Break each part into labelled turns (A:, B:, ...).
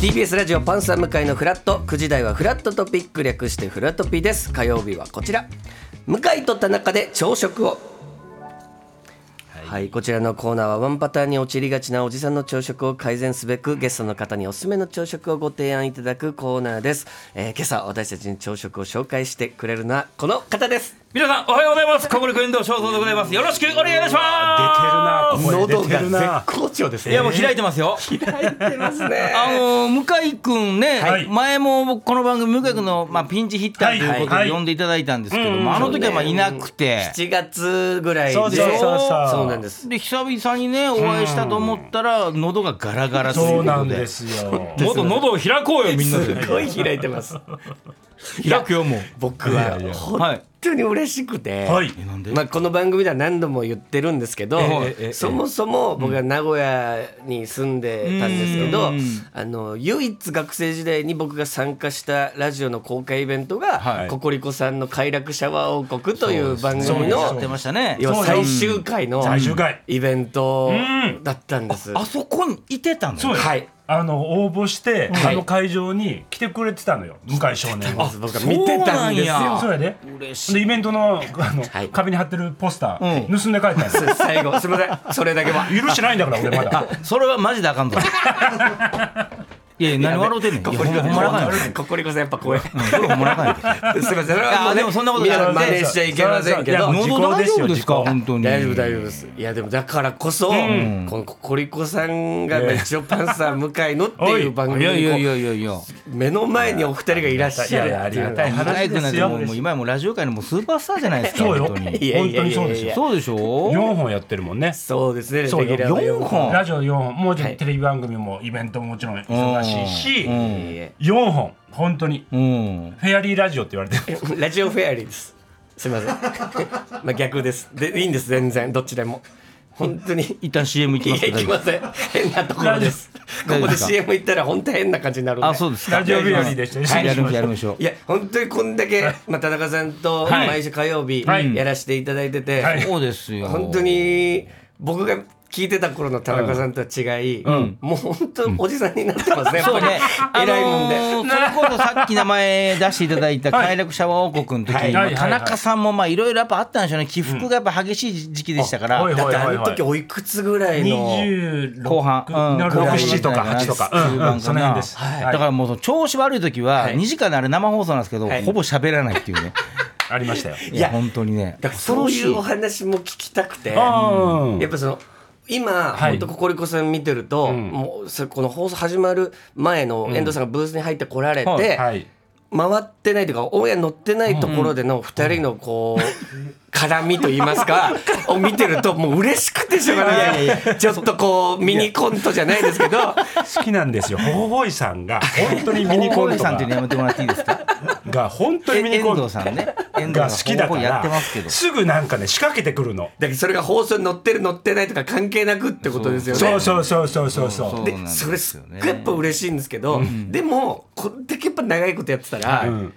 A: TBS ラジオパンサー向井のフラット9時台はフラットトピック略してフラトピです火曜日はこちら向井と田中で朝食をはい、こちらのコーナーはワンパターンに陥りがちなおじさんの朝食を改善すべくゲストの方におすすめの朝食をご提案いただくコーナーです、えー今朝私たちに朝食を紹介してくれるのはこの方です
B: 皆さんおはようございます。小森く遠藤翔太でございます。よろしくお願いいたしま
C: 出てるな声
A: 喉
C: 出て
A: が
C: る
A: 絶
C: な
A: 好調です
B: す。
A: ね
B: いやもう開いてますよ。
A: てますね
B: あのー向井くんね、
C: はい
B: 前も僕この番組向井くんのまあピンチヒッターということ
C: はいは
B: で
C: い
B: 呼んでいただいたんですけども、あの時はまあいなくて。
A: 7月ぐらいで
C: そうですそうです
A: そうなんです
B: で久々にねお会いしたと思ったら喉がガラガラとい
C: そうう
B: こ
C: な
B: と
C: ん
B: で
C: ですよ。
B: もっと喉を開こうよみんな
A: す
B: で
A: ごい開いてます
B: 開くよもう
A: 僕は本当に嬉しくて、
C: はい。
B: えなんで
A: まあ、この番組では何度も言ってるんですけど、
B: えええ
A: そもそも僕は名古屋に住んでたんですけど、
B: うん
A: あの唯一学生時代に僕が参加したラジオの公開イベントが「
B: はい
A: ココリコさんの快楽シャワー王国」という番組
B: やっ
A: の
B: てましたね
A: 要は最終回の
C: 最終回
A: イベントだったんです。
B: あそこにいてたの
C: そうです
A: はい
C: あの応募して、
A: はい
C: あの会場に来てくれてたのよ。向井少年は。
A: 僕は見てたんです
B: そうな
A: よ
B: んや。
C: そうやで。
B: 嬉しい
C: でイベントのあの、
A: はい
C: 壁に貼ってるポスター、
B: うん
C: 盗んで帰ったんで す。
A: 最後すみませんそれだけは。
C: 許してないんだから俺 まだ。
B: それはマジであ かんぞいやいや何笑うてんねんいやほんまほんまあかんよ
A: ココリコさんやっぱ怖い。
B: うんそれほんまあかんよ
A: すみません。それ
B: いやでもそんなこと
A: じ
B: じゃなくて
A: 真似しちゃいけませんけど
C: い。や
B: 喉大丈夫ですか
C: 時効ですよ時効
B: 本当に
A: 大丈夫大丈夫です。いやでもだからこそ、このココリコさんが
C: ね
A: 一応パンサー向井のって
C: お
A: い
C: いう
A: 番組
B: いやいやい
A: にこ
B: やいやいや
A: う目の前にお二人がいらっしゃるっていうのが
C: いやいやありがたい話ですよ
B: もうもう今やもうラジオ界のもうスーパースターじゃないですか
C: そうよ。
B: 本
C: 本
B: 当に
A: いやいや
C: 当
A: いやいや
C: にそうですよ。
B: そうでしょ
C: 四本やってるもんね。
A: そうですね。レギ
C: そうよ
A: ュラーは
B: 四本
C: ラジオ四本、もうちょっ
A: はい
C: とテレビ番組もイベントももちろん忙しいし
B: う、
A: い
B: ん
A: え
C: 四本本当に
B: うん
C: フェアリーラジオって言われてる。
A: いえラジオフェアリーです。すみません。まあ逆です。でいいんです全然どっちでも本当に。
B: 一旦 CM 行 き
A: い
B: ま
A: や
B: すけ
A: 行
B: ど
A: きま せん変なところですこ
B: 大丈
A: こ
B: 夫
A: で
B: ですか
A: CM 行ったら本当変な感じになるんで
B: あそうですか
C: ラジオ日和でしたね
B: はいやりましょうやりましょう
A: いや本当にこんだけ、まあ、田中さんと
B: はい
A: 毎週火曜日
C: はい
A: やらせていただいてて、
C: はい
B: そうですよ
A: 本当に僕が聞いてた頃の田中さんとは違い、もう本当おじさんになってますね、
B: そうね
A: やっぱり偉いもんで、
B: あのーそれこそさっき名前出していただいた快楽シャワー王国の時に、
C: はいはい
B: まあ田中さんもまあいろいろやっぱあったんでしょうね起伏がやっぱ激しい時期でしたから、
C: うんおい
A: だってあの時おいくつぐらいの
C: 26
B: 後半、
C: の
A: 後半
C: 6、7とか8とか、うんうんその辺です。
B: はい
C: はい
B: だからもうその調子悪い時は、
A: はい
B: 2時間のあれ生放送なんですけど、
A: はい
B: ほぼ喋らないっていうね
C: ありましたよ。
B: い
A: や
B: や本当にね
A: だからそういうお話も聞きたくて。
C: あ
A: やっぱその今、
C: はい
A: 本当ココリコさん見てると、
C: ん
A: もうそこの放送始まる前の遠藤さんがブースに入ってこられて、
B: はい
C: あ、はい。
A: 回ってないというかオンエア乗ってないところでの2人のこう、絡みと言いますかを見てるともう嬉しくてしょうがないちょっとこうミニコントじゃないですけど
C: 好きなんですよ。ほほぼいさんが本当にミニコ
B: コ
C: ン
B: ー
C: ト
B: さん
C: が
B: っていうのやめてもらっていいですか
C: が本当にミニ
B: 遠
C: コン
B: 藤
C: ト
B: さんね遠藤
C: が好
B: さ
C: き
B: ん
C: だ
B: ほぼほ
C: か
B: ぼやってますけ
C: ら、
B: ど
C: すぐなんかね仕掛けてくるの。
A: だからそれが放送に乗ってる乗ってないとか関係なくってことですよね。
C: そうそうそうそうそうそ
B: そ
C: う。
B: うなん
A: で
B: です
A: そ
B: よ
A: れ
B: ね
A: すっごいやっぱ嬉しいんですけど、でもこんだけやっぱ長いことやってたら、
C: ん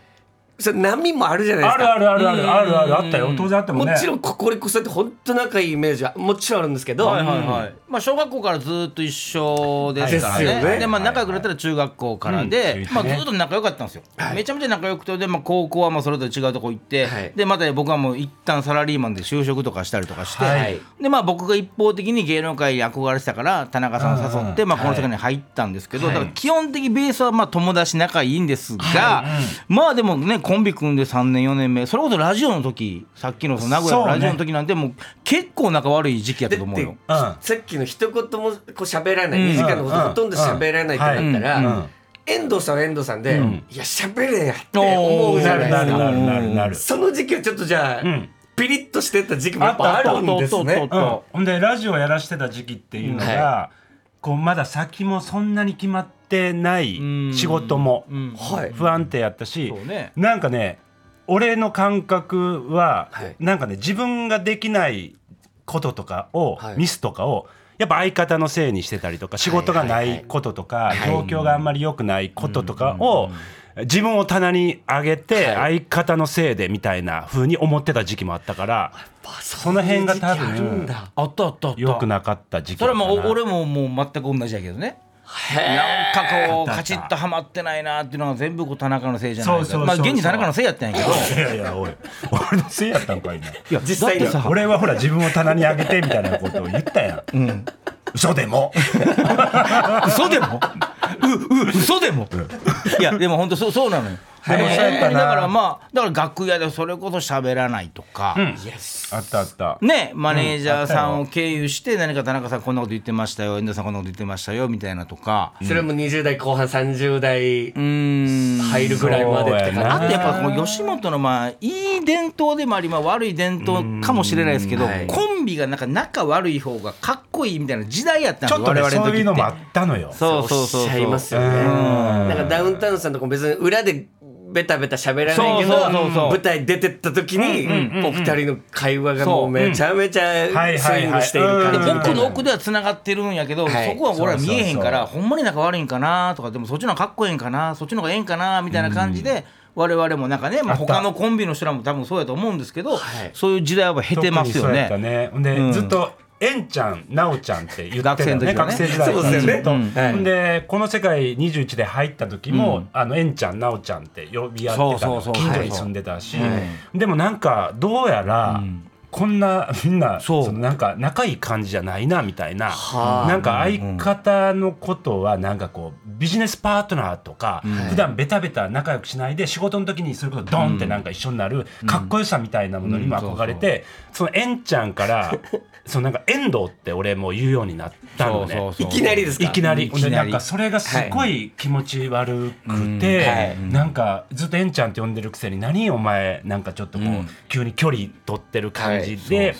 A: それ波もあるじゃないです
C: あ
A: か
C: る。あるあるあるあるあるあったよ。当然あったも
A: も
C: んね。
A: ちろんココリコさんって本当仲いいイメージはもちろんあるんですけど、
B: はいはいはいまあ、小学校からずっと一緒ですから
A: です
B: ね
A: よね
B: でまあ、仲良くなったら中学校から
C: うん
B: で、まあ、
C: ね
B: ずっと仲良かったんですよ、めちゃめちゃ仲良くてで、まあ、高校はまあそれぞれ違うとこ行って、
A: はい
B: でまた僕はもう一旦サラリーマンで就職とかしたりとかして、
A: はい
B: でまあ、僕が一方的に芸能界に憧れてたから田中さんを誘って、まあ、この世界に入ったんですけど、だから基本的ベースはまあ友達仲いいんですが、まあでもねコンビ組んで3年4年目それこそラジオの時さっきのその名古屋のラジオの時なんてもう結構仲悪い時期やったと思う
A: で
B: よ。
C: うん
A: さっきの一言もこう喋らない、
B: うん
A: 2時間のこと
C: うん
A: ほとんど喋らないってなったら、
C: うんうん
A: 遠藤さんは遠藤さんで、
C: ん
A: いや喋れやって思うじゃないで
C: な
A: す
C: る
A: か。
C: なるなるなる。
A: その時期はちょっとじゃあ、
C: ん
A: ピリッとしてた時期もやっぱあるんです
B: あったあ
A: ね
B: っ。
C: うん、ほんでラジオやらしてた時期っていうの
A: うんは
C: が、こうまだ先もそんなに決まってない
B: ん
C: 仕事も
B: うん
A: はい。
C: 不安定やったし
B: そうね、
C: なんかね俺の感覚は
A: はい
C: なんかね自分ができないこととかを
A: はい
C: ミスとかをやっぱ相方のせいにしてたりとか仕事がな
A: はいはい
C: いこととか
A: はい
C: 状況があんまり良くないこととかを自分を棚に上げて
A: は
C: 相方のせいでみたいな風に思ってた時期もあったから。
A: そ
C: の辺が多分
A: あるんだ。
B: あったあったあった
C: 良くなかった時期
B: それはもう
C: かな
B: お俺ももう全く同じやけどねなんかこうカチッとはまってないなっていうのが全部こう田中のせいじゃない
C: そうそうそう
B: まあ現に田中のせいやったんやけど
C: いやいやおい俺のせいやったんかいない
B: や
A: 実際に
B: だってさ
C: 俺はほら自分を棚にあげてみたいなことを言ったやん、嘘でも
B: 嘘でもうう嘘でもいやでも本当そうそうなのよ
C: はい
B: でも
C: そうやったな
B: だからまあだから楽屋でそれこそ喋らないとか、
C: あったあった
B: ねマネージャーさんを経由して何か田中さんこんなこと言ってましたよ遠藤さんこんなこと言ってましたよみたいなとか
A: それも20代後半30代
B: うーん
A: 入るぐらいまでって
C: そうやな
A: 感
B: あとやっぱこの吉本のまあいい伝統でもありまあ悪い伝統かもしれないですけど、
A: うんはい
B: コンビがなんか仲悪い方がかっこいいみたいな時代やったん
C: ち
B: です
C: ょっと、ね、
B: 我々
C: そ
B: の
C: う
B: 時
C: いうのもあ
B: っ
C: ってたのよ
B: そうそう
A: じ
B: そう
A: しちゃいます
B: そう
A: よ
C: う
A: ね
C: ん
A: なんかダウンタウンさんとか別に裏でベタベタ喋らないけど
B: そうそうそうそう
A: 舞台出てった時にお二人の会話がもう
B: そう
A: めちゃめちゃ
C: はい
A: ス
C: は
A: イ
C: い
A: ング
C: はい
A: している感
B: で
A: じ
C: うん
B: 奥の奥ではつながってるんやけど、
A: はい
B: そこは俺は見えへんからほんまに仲悪いんかなとかでもそっちの方がかっこええんかなそっちの方がええんかなみたいな感じで、我々もなんかね、まあ、
C: あった
B: 他のコンビの人らも多分そうやと思うんですけど、
A: はい
B: そういう時代はやっぱ経てますよ
C: 特にそうや
B: ね
C: った。ねほんで、
B: うん
C: ずっとえんちゃん、なおちゃんって言ってたよね、
B: 学
C: 学
B: 生
C: 生
B: の時
C: 時
B: はね
C: 代
A: そうですよね
C: ずっと
A: うんはい
C: ほんで、この世界21で入った時も、あのえんちゃん、なおちゃんって呼び合ってた
B: そう
C: の、
B: そうそう
C: 近所に住んでたし、でもなんか、どうやら、こんなみんな
B: そう
C: そのなんか仲いい感じじゃないなみたいな、
A: はあ
C: なんか相方のことはなんかこうビジネスパートナーとか、普段ベタベタ仲良くしないで仕事の時にそれこそドンってなんか一緒になるかっこよさみたいなものにも憧れて、そのえんちゃんから そのなんか遠藤って俺も言うようになったのね。
A: いきなりですか
C: いきなり
B: いきなり
C: でなんかそれがすごい気持ち悪くて、なんかずっと「えんちゃん」って呼んでるくせに「何お前なんかちょっとこう、急に距離取ってる感じで、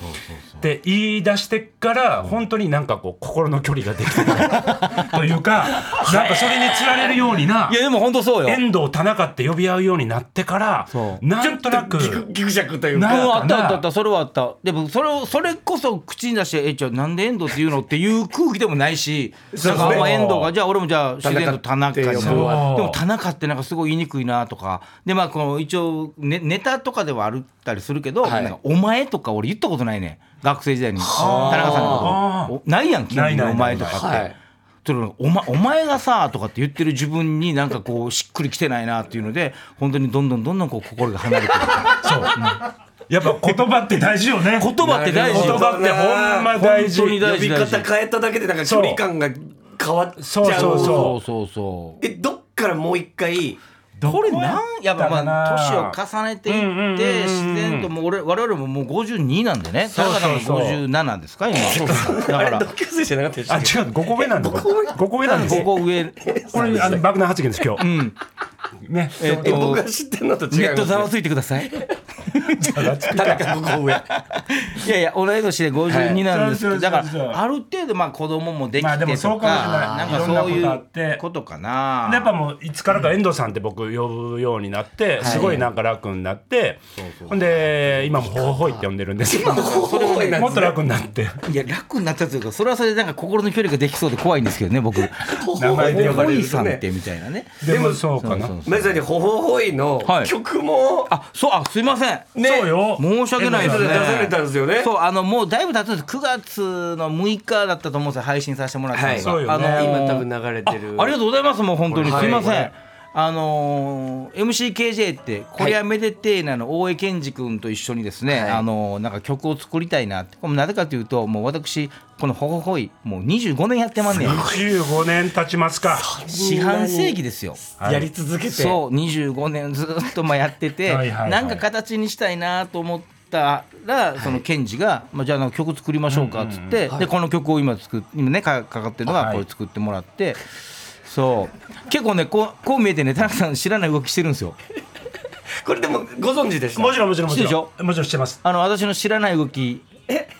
C: で言い出してから本当になんかこう心の距離ができ てたというかなんかそれにつられるようにない
B: やでも本当そうよ。
C: 遠藤田中って呼び合うようになってから
B: そう
C: なんとなく
A: ギクギクシャクという
C: な
A: か
B: うんあった
C: な
B: あったあったそれはあったでもそれをそれこそ口に出して「えじゃあなんで遠藤っていうの?」っていう空気でもないし
A: そう
B: なん
A: ですね
B: かあんま遠藤がじゃあ俺もじゃあ自然と田中
A: 田
B: に
A: 中って
B: そ
A: 呼
B: う
A: ぶ
C: わ
B: でも田中ってなんかすごい言いにくいなとかでまあこの一応ネネタとかではあったりするけど「
A: はい
B: なんかお前」とか俺言ったことないね学生時代に田中さんのことおないやん急
C: ない
B: に「
C: ないない
B: お前」とかって。
A: はい
B: それお前お前がさとかって言ってる自分になんかこうしっくりきてないなっていうので本当にどんどんどんどんこう心が離れていく
C: そうやっぱ言葉って大事よね
B: 言葉って大事
C: 言
B: よ
C: 葉ってほんま大事
B: 本当に大
A: 呼び方変えただけでなんか距離感が変わっちゃう
C: そう
B: そ
C: そう
B: うそうそう
A: えどっからもう一回
B: これなんやっぱまあ年を
C: か
B: 重ねていっ
C: うんうんうんう
B: て
C: ん
B: 自然ともう俺我々ももう52なんでね田
C: う
B: 中さん
C: そ
B: も
C: うそう
B: 57ですか今だ から
A: 同級生じゃなかったでし
C: あ
A: た
C: 違う
A: っけ
C: 5個目なんだこれ5個目なんです
B: こ
C: よ
B: こ上
C: これあの爆弾発言です今日
B: うん
C: ね
B: えっ
A: え僕が
B: と
A: 知ってるのと違います、
B: ネットざわついてくださ い
A: 田中僕上
B: いやいや同い年で52なんですけ
C: は
B: ど
C: い
B: だか
C: そうそうそうそう
B: らある程度まあ子供もで
C: ま
B: き
C: あで
B: て
C: もそ
B: と
C: うかもしれ
B: か
C: な
B: ないんかそうい
C: いろんなことあっ
B: う
C: て
B: ことかな
C: やっぱもういつからか遠藤さんって僕呼ぶようになってすごいなんか楽になってほんで今も「ほほい」って呼んでるんですけども
A: それもね
C: っと楽になって
B: いや楽になったというかそれはそれでなんか心の距離ができそうで怖いんですけどね僕
C: 名前 で呼ば
B: お
C: れ
B: い
C: る
B: さんってみたいなね
C: でもそうかな
B: そうそう
A: まさにほほほいの
B: はい
A: 曲も
B: あそうあすいません
A: ね
C: そうよ
B: 申し訳ないですね
A: 出されたんですよね
B: そうあのもうだいぶ経つんです9月の6日だったと思うんですよ配信させてもらったのが、
A: はい
C: そうよ
B: あ
C: ね
B: のー
A: 今多分流れてる
B: あありがとうございますもう本当に
A: これ
B: すいません、
A: はい
B: あのー MCKJ ってコリアメデテーナの大江健二君と一緒にですね、
A: はい
B: あのーなんか曲を作りたいなってこれなぜかというともう私この「ほほほい」もう25年やってまんねん
C: 15年経ちますか
B: 四半世紀ですよ
C: はい
A: やり続けて
B: そう25年ずっとまあやってて
C: はいはいはい
B: なんか形にしたいなと思ったらそのケンジが、まあ、じゃあなんか曲作りましょうかっつって、でこの曲を今作っ今ねかかかってるのが
C: はい
B: これ作ってもらって、そう結構ねこうこう見えてね田中さん知らない動きしてるんですよ
A: これでもご存知でした
C: もちろんもちろんもち
B: してるでし
C: ろ
B: ょ
C: んもちろんしてます
B: あの私の知らない動き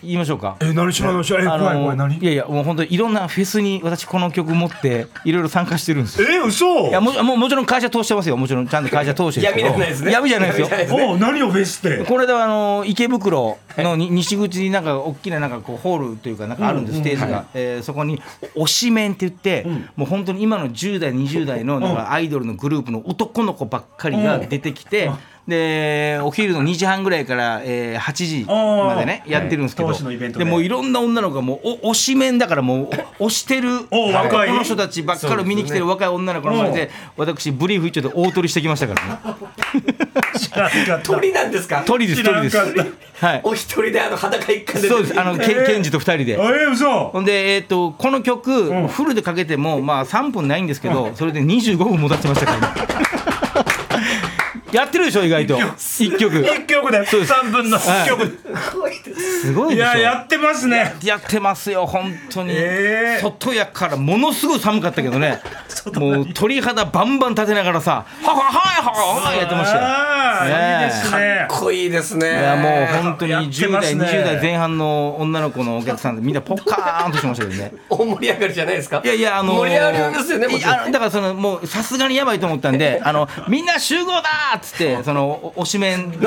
B: 言いましょうか
C: え何しろ何しろえ
B: あ
C: 怖い怖い
B: の
C: 何
B: いやいやもう本当にいろんなフェスに私この曲持っていろいろ参加してるんですよ
C: え嘘
B: いやももうもちろん会社通してますよもちろんちゃんと会社通してるん
A: 闇
B: け
A: じ
B: ど
A: ゃないですね
B: 闇じゃないですよ
A: 闇じゃない
C: おう何をフ ェスって
B: これであの池袋のに西口になんか大きななんかこうホールというかなんかあるんです、ステージが、えーそこにお推しメンって言って、もう本当に今の10代20代のなんかアイドルのグループの男の子ばっかりが出てきて、でお昼の2時半ぐらいから、えー8時までね
C: おー
B: やってるんですけど、
C: 当時のイベント
B: で
C: で
B: もういろんな女の子がもうお推しメンだからもうお推してる
C: おー若い
B: この人たちばっかり見に来てる若い女の子の前で私ブリーフ一丁で大取りしてきましたからね
A: 鳥なんですか
B: 鳥です
C: 知ら
B: 鳥
C: んか
B: で
C: っ
B: す
C: た
B: はい
A: お一人であの裸一貫で
B: そうですあのけ
C: えー
B: ケンジと2人で
C: えー、嘘
B: ほんで、えー、とこの曲、
C: ん
B: フルでかけても、まあ、3分ないんですけど、それで25分もたってました から、ね、やってるでしょ意外と1曲
C: 一曲で
B: そうです
C: 三分の一曲、
B: すごい
C: い、
B: でしょ
C: ややってますね
B: やってますよ本当に、
C: えー
B: 外やからものすごい寒かったけどねもう鳥肌バンバン立てながらさ「はははいははやってましたよ
C: あー
B: ね
C: いいですね
A: かっこいいですね
B: いやもう本当に
C: やって
B: 10
C: ま
B: 代、
C: すね
B: 20代前半の女の子のお客さんでみんなポッカーンとしてましたけどね
A: 大盛り上がりじゃないですか
B: いやいや、あのー
A: 盛り上がりですよねも
B: い
A: ちろん
B: やあのだから、その、もう、さすがにやばいと思ったんで、あの、みんな集合だーっつって、その、お推しメン、みん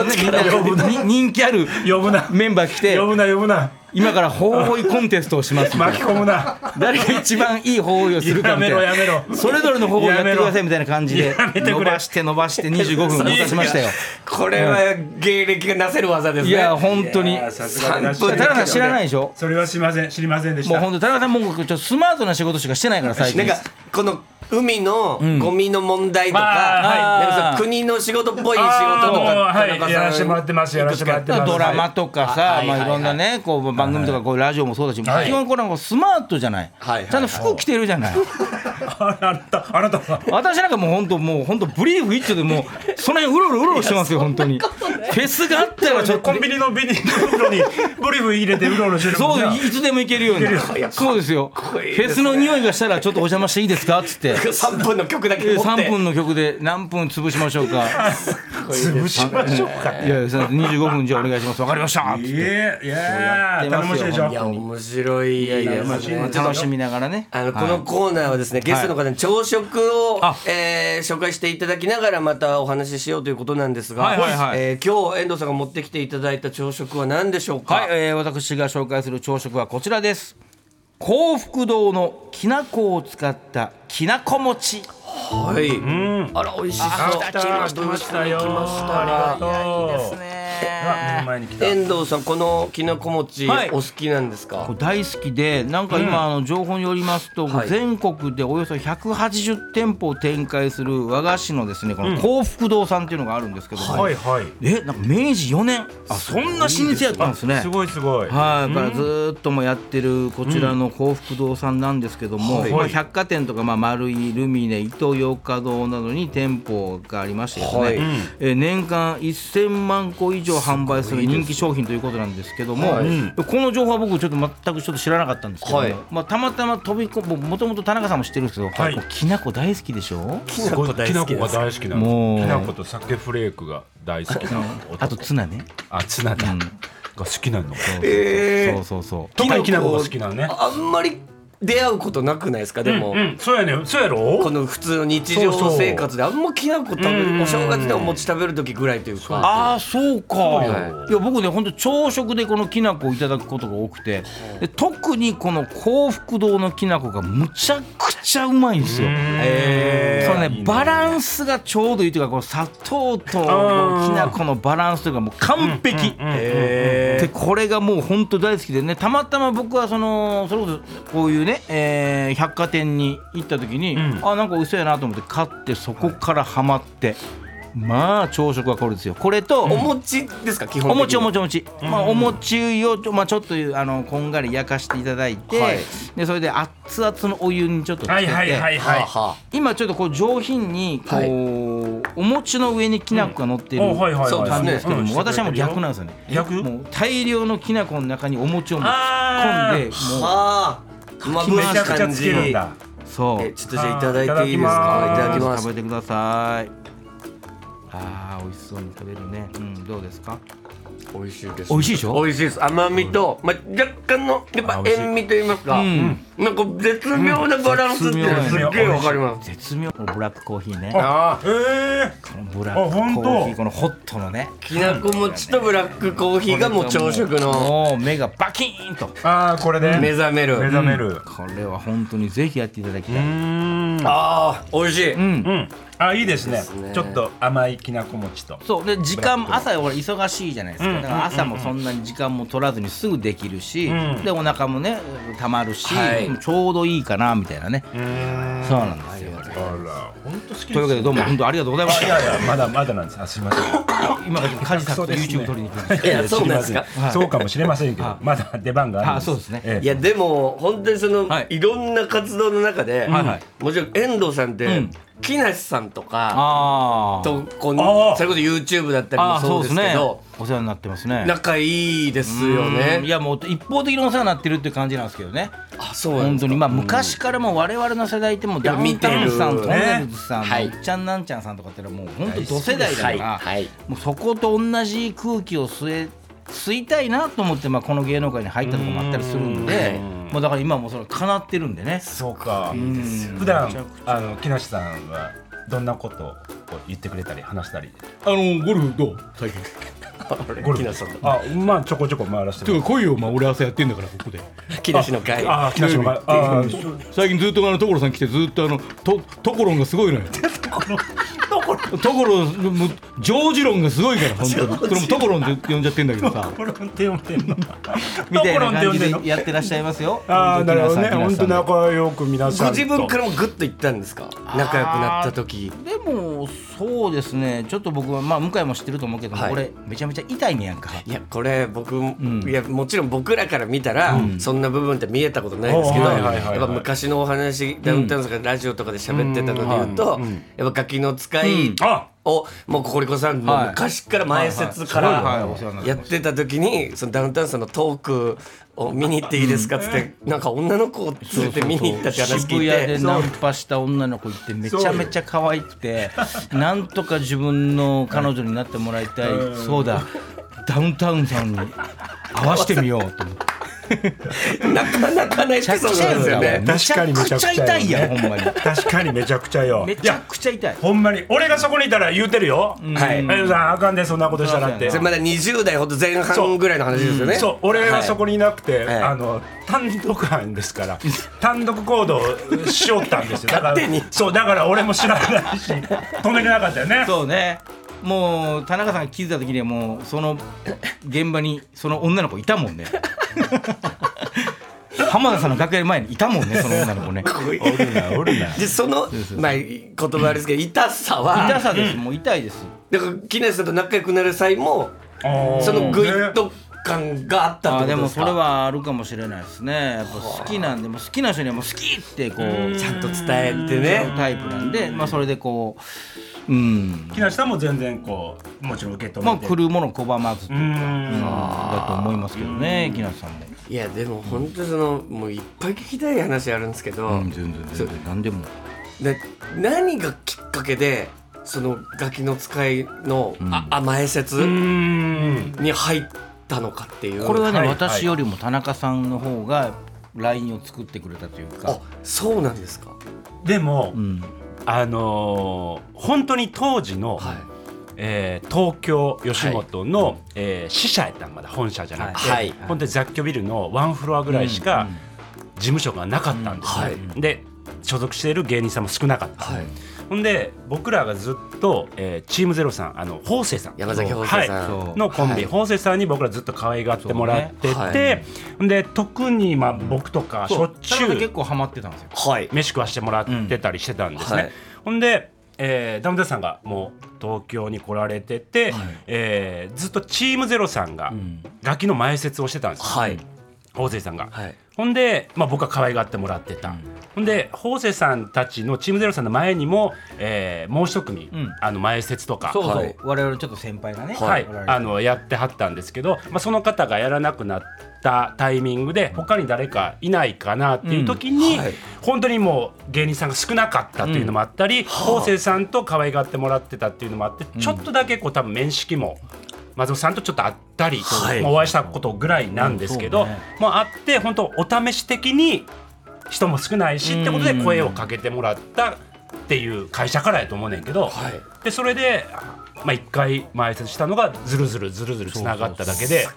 B: なに人気ある
C: 呼ぶな
B: メンバー来て
C: 呼、ぶな呼ぶな
B: 今から包囲コンテストをしますみたい
C: 巻
B: な
C: き込むな
B: 誰が一番いい包囲をするかみたいな。
C: やめろやめろ
B: それぞれの包囲をやってくださいみたいな感じで
C: やめ、て
B: 伸
C: くれ
B: ばして伸ばして25分持たしましたよ。
A: これは芸歴がなせる技ですね
B: いや、本当に。
C: あー
B: 田
C: さすがでいらっしゃ
A: 三分
C: る
B: 中さん知らないでしょ
C: それは知りません知りませんでし
B: もう
C: た
B: 本当、田中さんもうちょっとスマートな仕事しかしてないから、最
A: な
B: 近
A: ん。かこの海のゴミの問題とか,、
C: あ
B: ーは
A: な
B: い
A: んかその国の仕事っぽい仕事とか
C: あーは
A: 田
C: い
A: 中さん
C: やらせてもらってますやらせてもらってます
B: ドラマとかさ、
A: はい
B: ま
A: は
B: あ、
A: い
B: いろんなねこう番組とかこうラジオもそうだし、
C: はい
B: 基本これはもうスマートじゃない、
A: はいはいはい
B: ちゃんと服着てるじゃない、
C: ああなたあなたは
B: 私なんかもう本当もう本当ブリーフ一丁でもうその辺うろうろうろうろしてますよ本当にフェスがあったらちょっ
C: コ
B: と
C: ンビニのビニ袋にブリーフ入れてうろうろしてるも
B: そ
C: ん
B: う
C: な
B: ですいつでも行けるようにそうですよ
A: こいいです
B: フ
A: ね
B: ェスの匂いがしたらちょっとお邪魔していいですかっつって
A: 3分の曲だけ持って
B: 3分の曲で何分潰しましょうか
C: 潰しましょうか
B: いやいや25分じゃあお願いしますわかりました
C: いやいや
B: って
C: ー
B: ますよ
C: 頼もしいでしょ
A: いや面白いですね
B: 楽しみながらね
A: あのこのコーナーはですね、ゲストの方に朝食を、
B: あ
A: えー紹介していただきながらまたお話ししようということなんですが、
B: はいはいはい
A: えー今日遠藤さんが持ってきていただいた朝食は何でしょうか、
B: はい、えー私が紹介する朝食はこちらです幸福堂のきな粉を使ったきなこ餅
A: はい、あら美味しそう
C: 来た来ましたよ
A: 来ました
C: ありがとうあ目の前に来た
A: 遠藤さんこのきなこ餅、
B: はい
A: お好きなんですか
B: これ大好きでなんか今、あの情報によりますと、
A: はい
B: 全国でおよそ180店舗を展開する和菓子のですねこの幸福堂さんっていうのがあるんですけども、
C: はいはい
B: えなんか明治4年あそんな老舗やったんですね
C: すごいすご
B: は
C: い
B: い、だからずーっともやってるこちらの幸福堂さんなんですけども、
A: はい
B: まあ、百貨店とか、まあ、丸いルミネ伊東洋華堂などに店舗がありましてですね、
A: はい
B: えー年間1000万個以上販売する人気商品ということなんですけども、
A: はい
B: うんこの情報は僕ちょっと全くちょっと知らなかったんですけども、
A: はい
B: まあ、たまたま飛び込むもともと田中さんも知ってるんですけど、
C: はい
B: こうきなこ大好きでしょ
A: きなこ大
C: き
A: 好
C: な
A: きで
C: こが
A: す
C: 大好きな
B: も
C: の
B: う
C: きなこと酒フレークが大好きな
B: あとツナね、
C: あツナだが好きなの
A: え
B: そうそうそう
C: 特にきなこが好きなのね
A: あんまり出会うことなくないですかでも、
C: うんそうやねそうや
A: こ
C: ろ
A: の普通の日常
C: そうそう
A: 生活であんまきなこ食べ
C: う
A: る
C: ん
A: お正月でお餅食べる時ぐらいというか
B: ああそうか、
A: よ
B: い、や僕ね本当朝食でこのきな粉をいただくことが多くてで特にこの幸福堂のきな粉がむちゃくちゃうまいんですよ。
A: え
B: その
C: いい
B: ね
C: ね
B: バランスがちょうどいいというかこの砂糖とき
C: あー
B: な粉のバランスというかもう完璧。でこれがもう本当大好きでねたまたま僕はそのそれこそこういうね、えー百貨店に行った時に、
C: ん
B: あなんか嘘やなと思って買ってそこからハマって、まあ朝食はこれですよこれと
A: ーお餅ですか基本
B: お
A: 的に
B: 餅お餅お餅、まあ、お餅をちょ,、まあ、ちょっとあのこんがり焼かしていただいて、
A: はい
B: でそれで熱々のお湯にちょっとつけて、
C: はいはいはい
A: は
C: は
A: あ
C: い
A: は
B: 今ちょっとこう上品にこう、
A: はい
B: お餅の上にきな粉が乗ってる
C: うんおはいはいはい
A: そうです
B: 感じ
A: ね
B: ですけども、
C: うん
B: 私はもう逆なんですよね
C: 逆
B: もう大量のきな粉の中にお餅をもう突
C: あ
B: っ込
C: ー
B: んで
A: あ
B: もう
A: はあまぶ
C: め
A: し
C: ちゃ
A: い
C: くちゃ
A: 感
C: つ
A: じ
C: けるんだ
B: そう
A: えちょっとじゃあいただいていいですか
C: あー
A: い
C: い
A: ただ
C: ただ
A: き
C: き
A: ます
B: 食べてくださいあー美味しそうに食べるねうんどうですか
A: 美味しいです
B: 美味しいでしょ
A: 美味しいです甘みと、まあ、若干のやっぱ塩味と言いますか、
B: うん
A: なんか絶妙なバランスっていうのすっげえわかります
B: 絶妙このブラックコーヒーね
A: ああ
C: え
B: このブラ
C: あ
B: ック
C: 本
B: コ
C: 当
B: ーヒーこのホットのね
A: きなこ餅とブラックコーヒーがもう朝食の
B: もう目がバキーンと
C: ー、ああこれで
A: 目覚める
C: 目覚める
B: これは本当にぜひやっていただきたい、
C: うん
A: ああ美味しい
B: うん
C: うんあいいですね
A: ね
C: ちょっと甘いきなこ餅と
B: そうで時間朝俺忙しいじゃないですか、だから朝もそんなに時間も取らずにすぐできるし、
C: うん
B: でお腹もねたまるし、
A: はい
B: ちょうどいいかなみたいなねそうなんですよ
C: あら本当好き
B: というわけでどうも本当ありがとうございまし
C: い
B: た
C: やいやまだまだなんですあすいません
B: 今梶さんと YouTube 撮りに来ました
A: いやそうなんです
C: すい
A: か
C: ませんそうかもしれませんけどまだ出番があるん
B: あそうですね
C: ええ
A: いやでも本当にその、
B: はい
A: い、ろんな活動の中で、
B: はいはい
A: もちろん遠藤さんって、
B: うん
A: 木梨さんとか
B: あー
A: とこう
C: あー
A: それこそ YouTube だったり
B: あ
A: も
B: ー
A: そうですけど
B: お世話になってますね
A: 仲いいですよ
B: うんい
A: ね
B: やもう一方的にお世話になってるって感じなんですけどね
A: あそうなん
B: 本
A: です
B: 当
A: か
B: にまあ昔からもう我々の世代ってもうダウンタウンさん
A: 見てる
B: とネルズさん
A: はい
B: いっちゃんなんちゃんさんとかってのはもう本当同世代だか
A: はい
B: ら、
A: はい
B: もうそこと同じ空気を吸え吸いたいなと思って、まあ、この芸能界に入ったとこもあったりするんでもうだから今もうそれ叶ってるんでね
C: そうか
B: ですよ
C: 普段あの木梨さんはどんなことを言ってくれたり話したり
B: あのゴルフどう最近
C: ゴ
A: 木梨さんと
C: あまあちょこちょこ回らせても
B: 来いよ、まあ、俺朝やってんだからここで
A: 木梨の会
C: らってあ木梨の場合あーそう
B: 最近ずっとあの所さん来てずっとあのとところんがすごいのよところもう常時論がすごいから本当にそれもところんって呼んじゃってんだけどさ
C: コロンって呼んでんの
B: みたい
C: コロン
B: な
C: って呼
B: 感じ
C: んでんの
B: でやってらっしゃいますよ
C: ああなるほどね
B: 本
C: 本
B: 当
C: 当
B: に皆さん
C: 仲良く皆さん
A: ご
C: と
A: 自分からもグッと言ったんですか仲良くなった時
B: でもそうですねちょっと僕はまあ向井も知ってると思うけど、
A: はい
B: 俺めちゃめちゃ痛いねやんか
A: いやこれ僕、いやもちろん僕らから見たら、そんな部分って見えたことないですけど、
C: おはいはいはいはい
A: やっぱ昔のお話ダウンタウンさんがラジオとかで喋ってたので言うと、やっぱガキの使い、
B: うん
C: あ
A: をもうココリコさんの
B: はい
A: 昔から前説か
B: はいはい
A: ら
B: はいお世話になって
A: や
B: ます
A: ってた時にそのダウンタウンさんのトークを見に行っていいですかっつってなんか女の子を連れて見に行ったって話
B: 渋
A: 聞
B: 谷
A: い
B: で
A: て
B: ナンパした女の子行ってめちゃめちゃ可愛く てなんとか自分の彼女になってもらいたい、そうだダウンタウンさんに合わせてみようと思って
A: なかなかないエピソードなんですよね。
B: めちゃくちゃ痛 いやんほんまに
C: 確かにめちゃくちゃよ
B: め
C: い
B: ちゃ
C: や
B: くちゃ痛い
C: ほんまに俺がそこにいたら言うてるよ
A: は
C: え
A: い
C: ゆうさんあかんでそんなことしたらって
A: それまだ20代ほど前半ぐらいの話ですよね。
C: そう俺はそこにいなくて、
A: はい
C: あの単独犯ですから 単独行動をしよったんですよだから
A: 勝手に
C: そうだから俺も知らないし止めれなかったよね
B: そうねもう田中さんが気づいた時にはもうその現場にその女の子いたもん ね浜田さんの楽屋の前にいたもんねその女の子 ね
C: おるなおるな
A: でそのまあ言葉あれですけど痛さは
B: 痛さですもう痛いです
A: だから木梨さんと仲良くなる際もそのグイッと感があったっ
B: あー
A: てこ
B: で
A: とで
B: も
A: す
B: そ
A: か。
B: れはあるかもしれないですねやっぱ好きなんでもう好きな人にはもう好きってこう
A: ちゃんと伝えてね。
B: タイプなんでまあそれでこううん
C: 木梨さんも全然こうもちろん受け止めて、
B: まあ来るもの拒まず
C: うーん
B: だと思いますけどね木梨さんも
A: いやでも本当にそのもういっぱい聞きたい話あるんですけど、
B: うん全然全然何でも
A: で何がきっかけでそのガキの使いの、あ甘え説
C: うーん
A: に入ったのかっていう
B: これはね、
C: はいはい
B: 私よりも田中さんの方が LINE を作ってくれたという
A: あ
B: か、
A: そうなんですか
C: でも、
B: うん、
C: あのー本当に当時の、
A: はい
C: えー東京吉本の、えー支社やったんまだ本社じゃなくて、
A: はい
C: 本当に雑居ビルのワンフロアぐらいしか事務所がなかったんですよ、
A: うん
C: で所属している芸人さんも少なかった、
A: はい
C: ほんで僕らがずっと、えーチームゼロさんあの法政さん
A: 山崎邦正
C: はい
A: さん、
B: そう
C: のコン
A: はい
C: ビ、法政さんに僕らずっと可愛がってもらってて、
A: そうね
C: ほんで特にまあ僕とかしょっちゅ
B: 田中
C: う
B: 結構ハマってたんですよ
A: はい
C: 飯食わしてもらってたりしてたんですね。
A: うんはい
C: ほんで、えーダウンタウンさんがもう東京に来られてて、えーずっとチームゼロさんが
B: ん
C: ガキの前説をしてたんですよ、
A: はい
C: 法政さんが。
A: はい
C: ほんで、まあ、僕は可愛がってもらってた、ほんで法政さんたちのチームゼロさんの前にも、えーもう一組、
B: ん
C: あの前説とか。
B: そうそう、
A: はい
B: 我々ちょっと先輩がね、
C: はい
B: おられ、て
C: あのやってはったんですけど、まあ、その方がやらなくなったタイミングで他に誰かいないかなっていう時
A: う
C: に、
A: んはい
C: 本当にもう芸人さんが少なかったっていうのもあったり昴、生さんと可愛がってもらってたっていうのもあって、ちょっとだけこう多分面識も松本さんとちょっとあったり、
A: はい
C: まあお会いしたことぐらいなんですけ
B: う
C: ど、
B: んそうね
C: もうあって本当お試し的に人も少ないしってことで声をかけてもらったっていう会社からやと思うねんけど、でそれで、まあ、1回前説したのがずるずるずるずるつながっただけで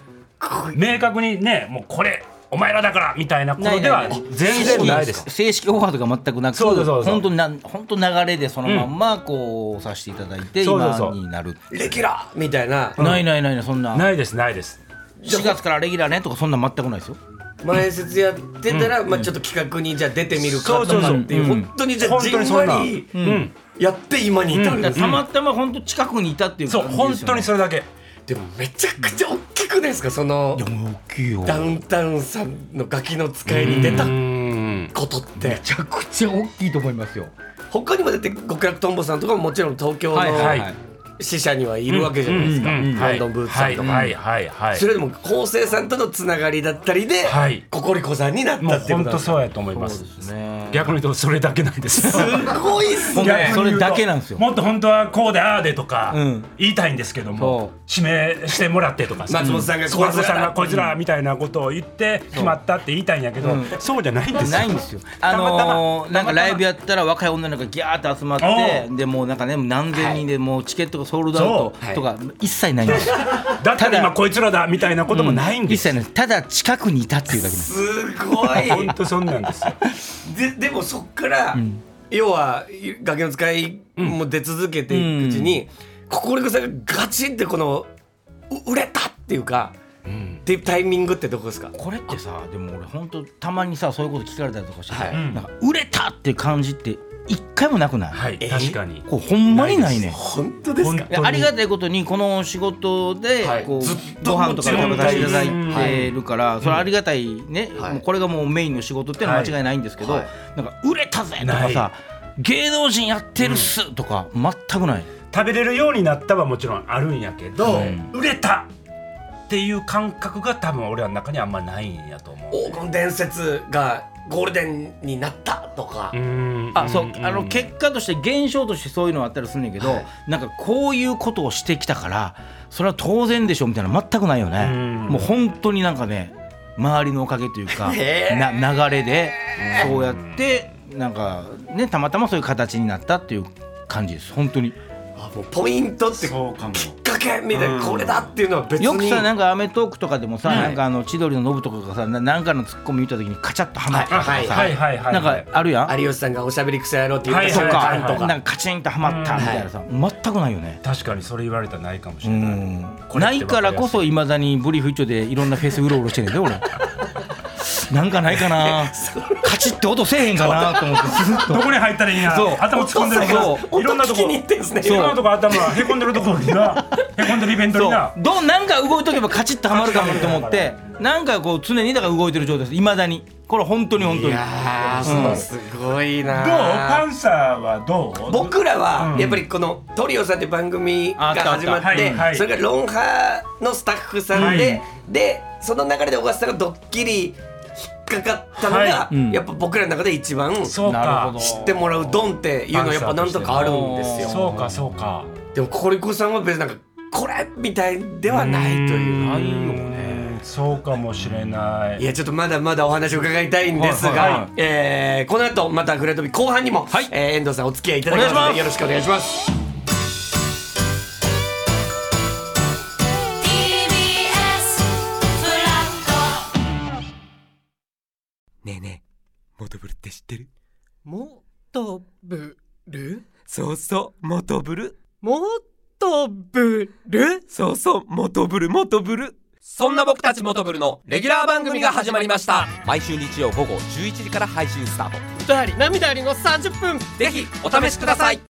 C: 明確にねもうこれお前らだからみたいなことでは全然ないです。
B: 正式オファーとか全くなく
C: そうそうそうそう
B: 本当にな本当流れでそのまんまこうさせていただいて
C: そう
B: 今
C: そうそう
B: になる
A: レギュラーみたいな
B: ないないないないそんな
C: ないですないです
B: 4月からレギュラーねとかそんな全くないですよ
A: 前説やってたら、まあ、ちょっと企画にじゃあ出てみるかとかっていう
C: そうそうそううん
A: 本当にじゃあ
C: 本
A: じ
C: 当に
A: ん
C: そ
A: わ
C: んな
A: りやって今に至るんで
B: だか
A: す
B: らたまたま本当近くにいたっていう
C: そう
B: 感じ
C: 本
B: です
C: 当
B: よね
C: にそれだけ
A: でもめちゃくちゃ大きくないですかその
B: いやもう大きいよ
A: ダウンタウンさんのガキの使いに出た
C: ん
A: ことって
B: めちゃくちゃ大きいと思いますよ
A: 他にも出て極楽とんぼさんとかももちろん東京の
B: はいはいはい
A: 支社にはいるわけじゃないですかロンドンブーツさんとか。
C: はいはいはい
A: それでも昴生さんとのつながりだったりで、
C: はい
A: ココリコさんになっ
C: も
A: た
C: う
A: っていう
C: 本
A: ことなんで
C: 当
A: す
C: そうやと思います逆に言うとそれだけなんです
A: すごいっす
B: ごめん
A: ね
C: 逆に言
B: それ
C: うと
B: だけなんですよ
C: もっと本当はこうでああでとか
B: うん
C: 言いたいんですけども指名してもらってとかさ
A: 松本さんが
C: 松本さんが
A: こ
C: こ
A: い
C: い
A: つ
C: つ
A: ら
C: らみたいなことを言って決まったって言いたいんやけど
B: うん
C: そうじゃないんですよ
B: ないんですよ。あ
C: たまたま
B: のーなんか
C: たまたま
B: ライブやったら若い女の子がギャーって集まって
C: お
B: でもうなんかね何千人でもうチケットがソールドアウ
A: そうはい
B: トとか一切ないんですよ。
C: だったら
B: ただ
C: 今こいつらだみたいなこともないんで
B: 一
C: す
B: 切ないです。ただ近くにいたっていうだけなんです。
A: すごい
C: 本当そんなんですよ
A: ででもそっから、要は崖の使いも出続けていくうちに、ココリコさんがガチンってこのう売れたっていうか、っていうタイミングってどこですか
B: これってさでも俺本当たまにさそういうこと聞かれたりとかしてさ、
A: はい
B: なんか売れたっていう感じって一回もなくない。
C: はい
A: え
C: 確かに
B: こうほんまにないね。
A: 本当ですか
C: 本
B: いやありがたいことにこの仕事で
A: はい
B: こう、
A: ずっと
B: ご飯とか食べさせていただ
C: うん
B: いてるから、それはありがたいね、
A: はい
B: もうこれがもうメインの仕事っていうのは間違いないんですけど、
A: はいは
B: なんか売れたぜとか
C: な
B: さ芸能人やってるっすとか全くない、
C: 食べれるようになったはもちろんあるんやけど、
B: はい
C: 売れたっていう感覚が多分俺らの中にあんまないんやと思う。
A: 黄金伝説がゴールデンになったとか、
B: あそう、あ
C: う
B: の
C: ん
B: 結果として現象としてそういうのはあったりするんだけど、
A: はい
B: なんかこういうことをしてきたからそれは当然でしょみたいな全くないよね、
C: うん
B: もう本当になんかね周りのおかげというか、
A: へえ
B: な流れでそうやってなんかねたまたまそういう形になったっていう感じです本当に
A: あもうポイントってき
C: そうかも。
A: っかけみたいな、
C: うん
A: これだっていうのは別に
B: よくさなんか『アメトーーク』とかでもさ、
A: はい
B: なんかあの千鳥のノブとかがさななんかのツッコミ言った時にカチャッとはまったとかさ、
A: はい
C: はいはいはいはい
B: なんかあるやん、
A: 有吉さんが「おしゃべりくせやろ」って言った
C: はい
A: 瞬
C: はいはい
A: 間
C: はい
A: とか
B: なんかカチンとはまったみたいなさ、全くないよね
C: 確かにそれ言われたらないかもし
B: う
C: れない。
B: ん
C: これ
B: な
C: って
B: いからこそいまだにブリーフ一丁でいろんなフェスうろうろしてんねんで俺なんかないかなカチッて音せえへんかなと思ってずっ
C: どこに入ったらいいんや
B: そう
C: 頭突っ込んでるけど
A: そう
C: いろんなと
A: 音聞き
C: こ
A: に行ってんすね
C: いろんなとこ頭へこんでるところになへこんでるイベント
B: と
C: にな
B: そうどうなんか動いとけばカチッとはまるかもと思っ
C: カチッ
B: てなんかこう常にだから動いてる状態ですいまだにこれ本当に本当
A: い
B: に
A: やー、
B: うん
A: すごい
C: どうパ
A: なー
C: ンサーはどう
A: 僕らは
C: うん
A: やっぱりこの「トリオさん」っていう番組
B: ああ
A: が
B: ったあった
A: 始まっ
C: はい
A: て
C: はい
A: それから「ロンハー」のスタッフさんで
C: は
A: でその流れで小笠さんがドッキリ引っかかったのが
B: いうん
A: やっぱ僕らの中で一番知
C: そう
B: なる
C: か
B: ほど
A: ってもらうドンっていうのはやっぱなんとかあるんです
B: ど
A: よ
C: そうかそうか
A: でもココリコさんは別になんかこれみたいではないという
B: ないよ
C: ねそうかもしれない
A: いやちょっとまだまだお話を伺いたいんですが、
C: はいはい
A: えーこの後また「グレートビー後半にも、
B: はい
A: えー遠藤さんお付き合いいただきますの
B: お願いし
A: です
B: ま
A: よろしくお願いします
D: TBS フラット
E: ねえねえ、モトブルって知ってる
F: もとぶる
E: そうそう、モトブル。
F: もとぶる
E: そうそう、モトブル、モトブル。そんな僕たちモトブルのレギュラー番組が始まりました。毎週日曜午後11時から配信スタート。
F: 歌あり涙ありの30分
E: ぜひ、お試しください。